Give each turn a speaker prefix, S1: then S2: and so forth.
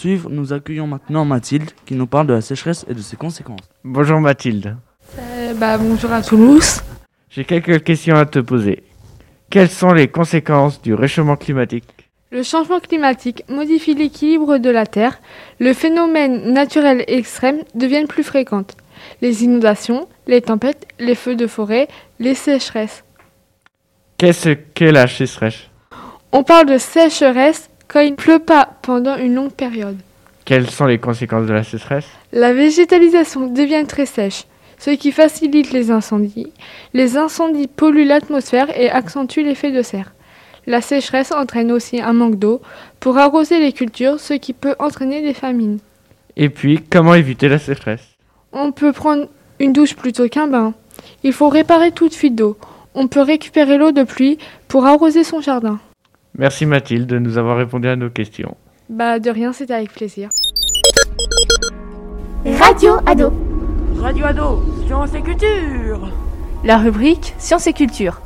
S1: suivre, nous accueillons maintenant Mathilde qui nous parle de la sécheresse et de ses conséquences.
S2: Bonjour Mathilde.
S3: Euh, bah, bonjour à Toulouse.
S2: J'ai quelques questions à te poser. Quelles sont les conséquences du réchauffement climatique
S3: Le changement climatique modifie l'équilibre de la Terre. Le phénomène naturel extrême deviennent plus fréquents. Les inondations, les tempêtes, les feux de forêt, les sécheresses.
S2: Qu'est-ce qu'est la sécheresse
S3: On parle de sécheresse quand il ne pleut pas pendant une longue période.
S2: Quelles sont les conséquences de la sécheresse
S3: La végétalisation devient très sèche, ce qui facilite les incendies. Les incendies polluent l'atmosphère et accentuent l'effet de serre. La sécheresse entraîne aussi un manque d'eau pour arroser les cultures, ce qui peut entraîner des famines.
S2: Et puis, comment éviter la sécheresse
S3: On peut prendre une douche plutôt qu'un bain. Il faut réparer toute fuite d'eau. On peut récupérer l'eau de pluie pour arroser son jardin.
S2: Merci Mathilde de nous avoir répondu à nos questions.
S3: Bah de rien, c'était avec plaisir.
S4: Radio Ado.
S5: Radio Ado, Science et Culture
S6: La rubrique Sciences et Culture.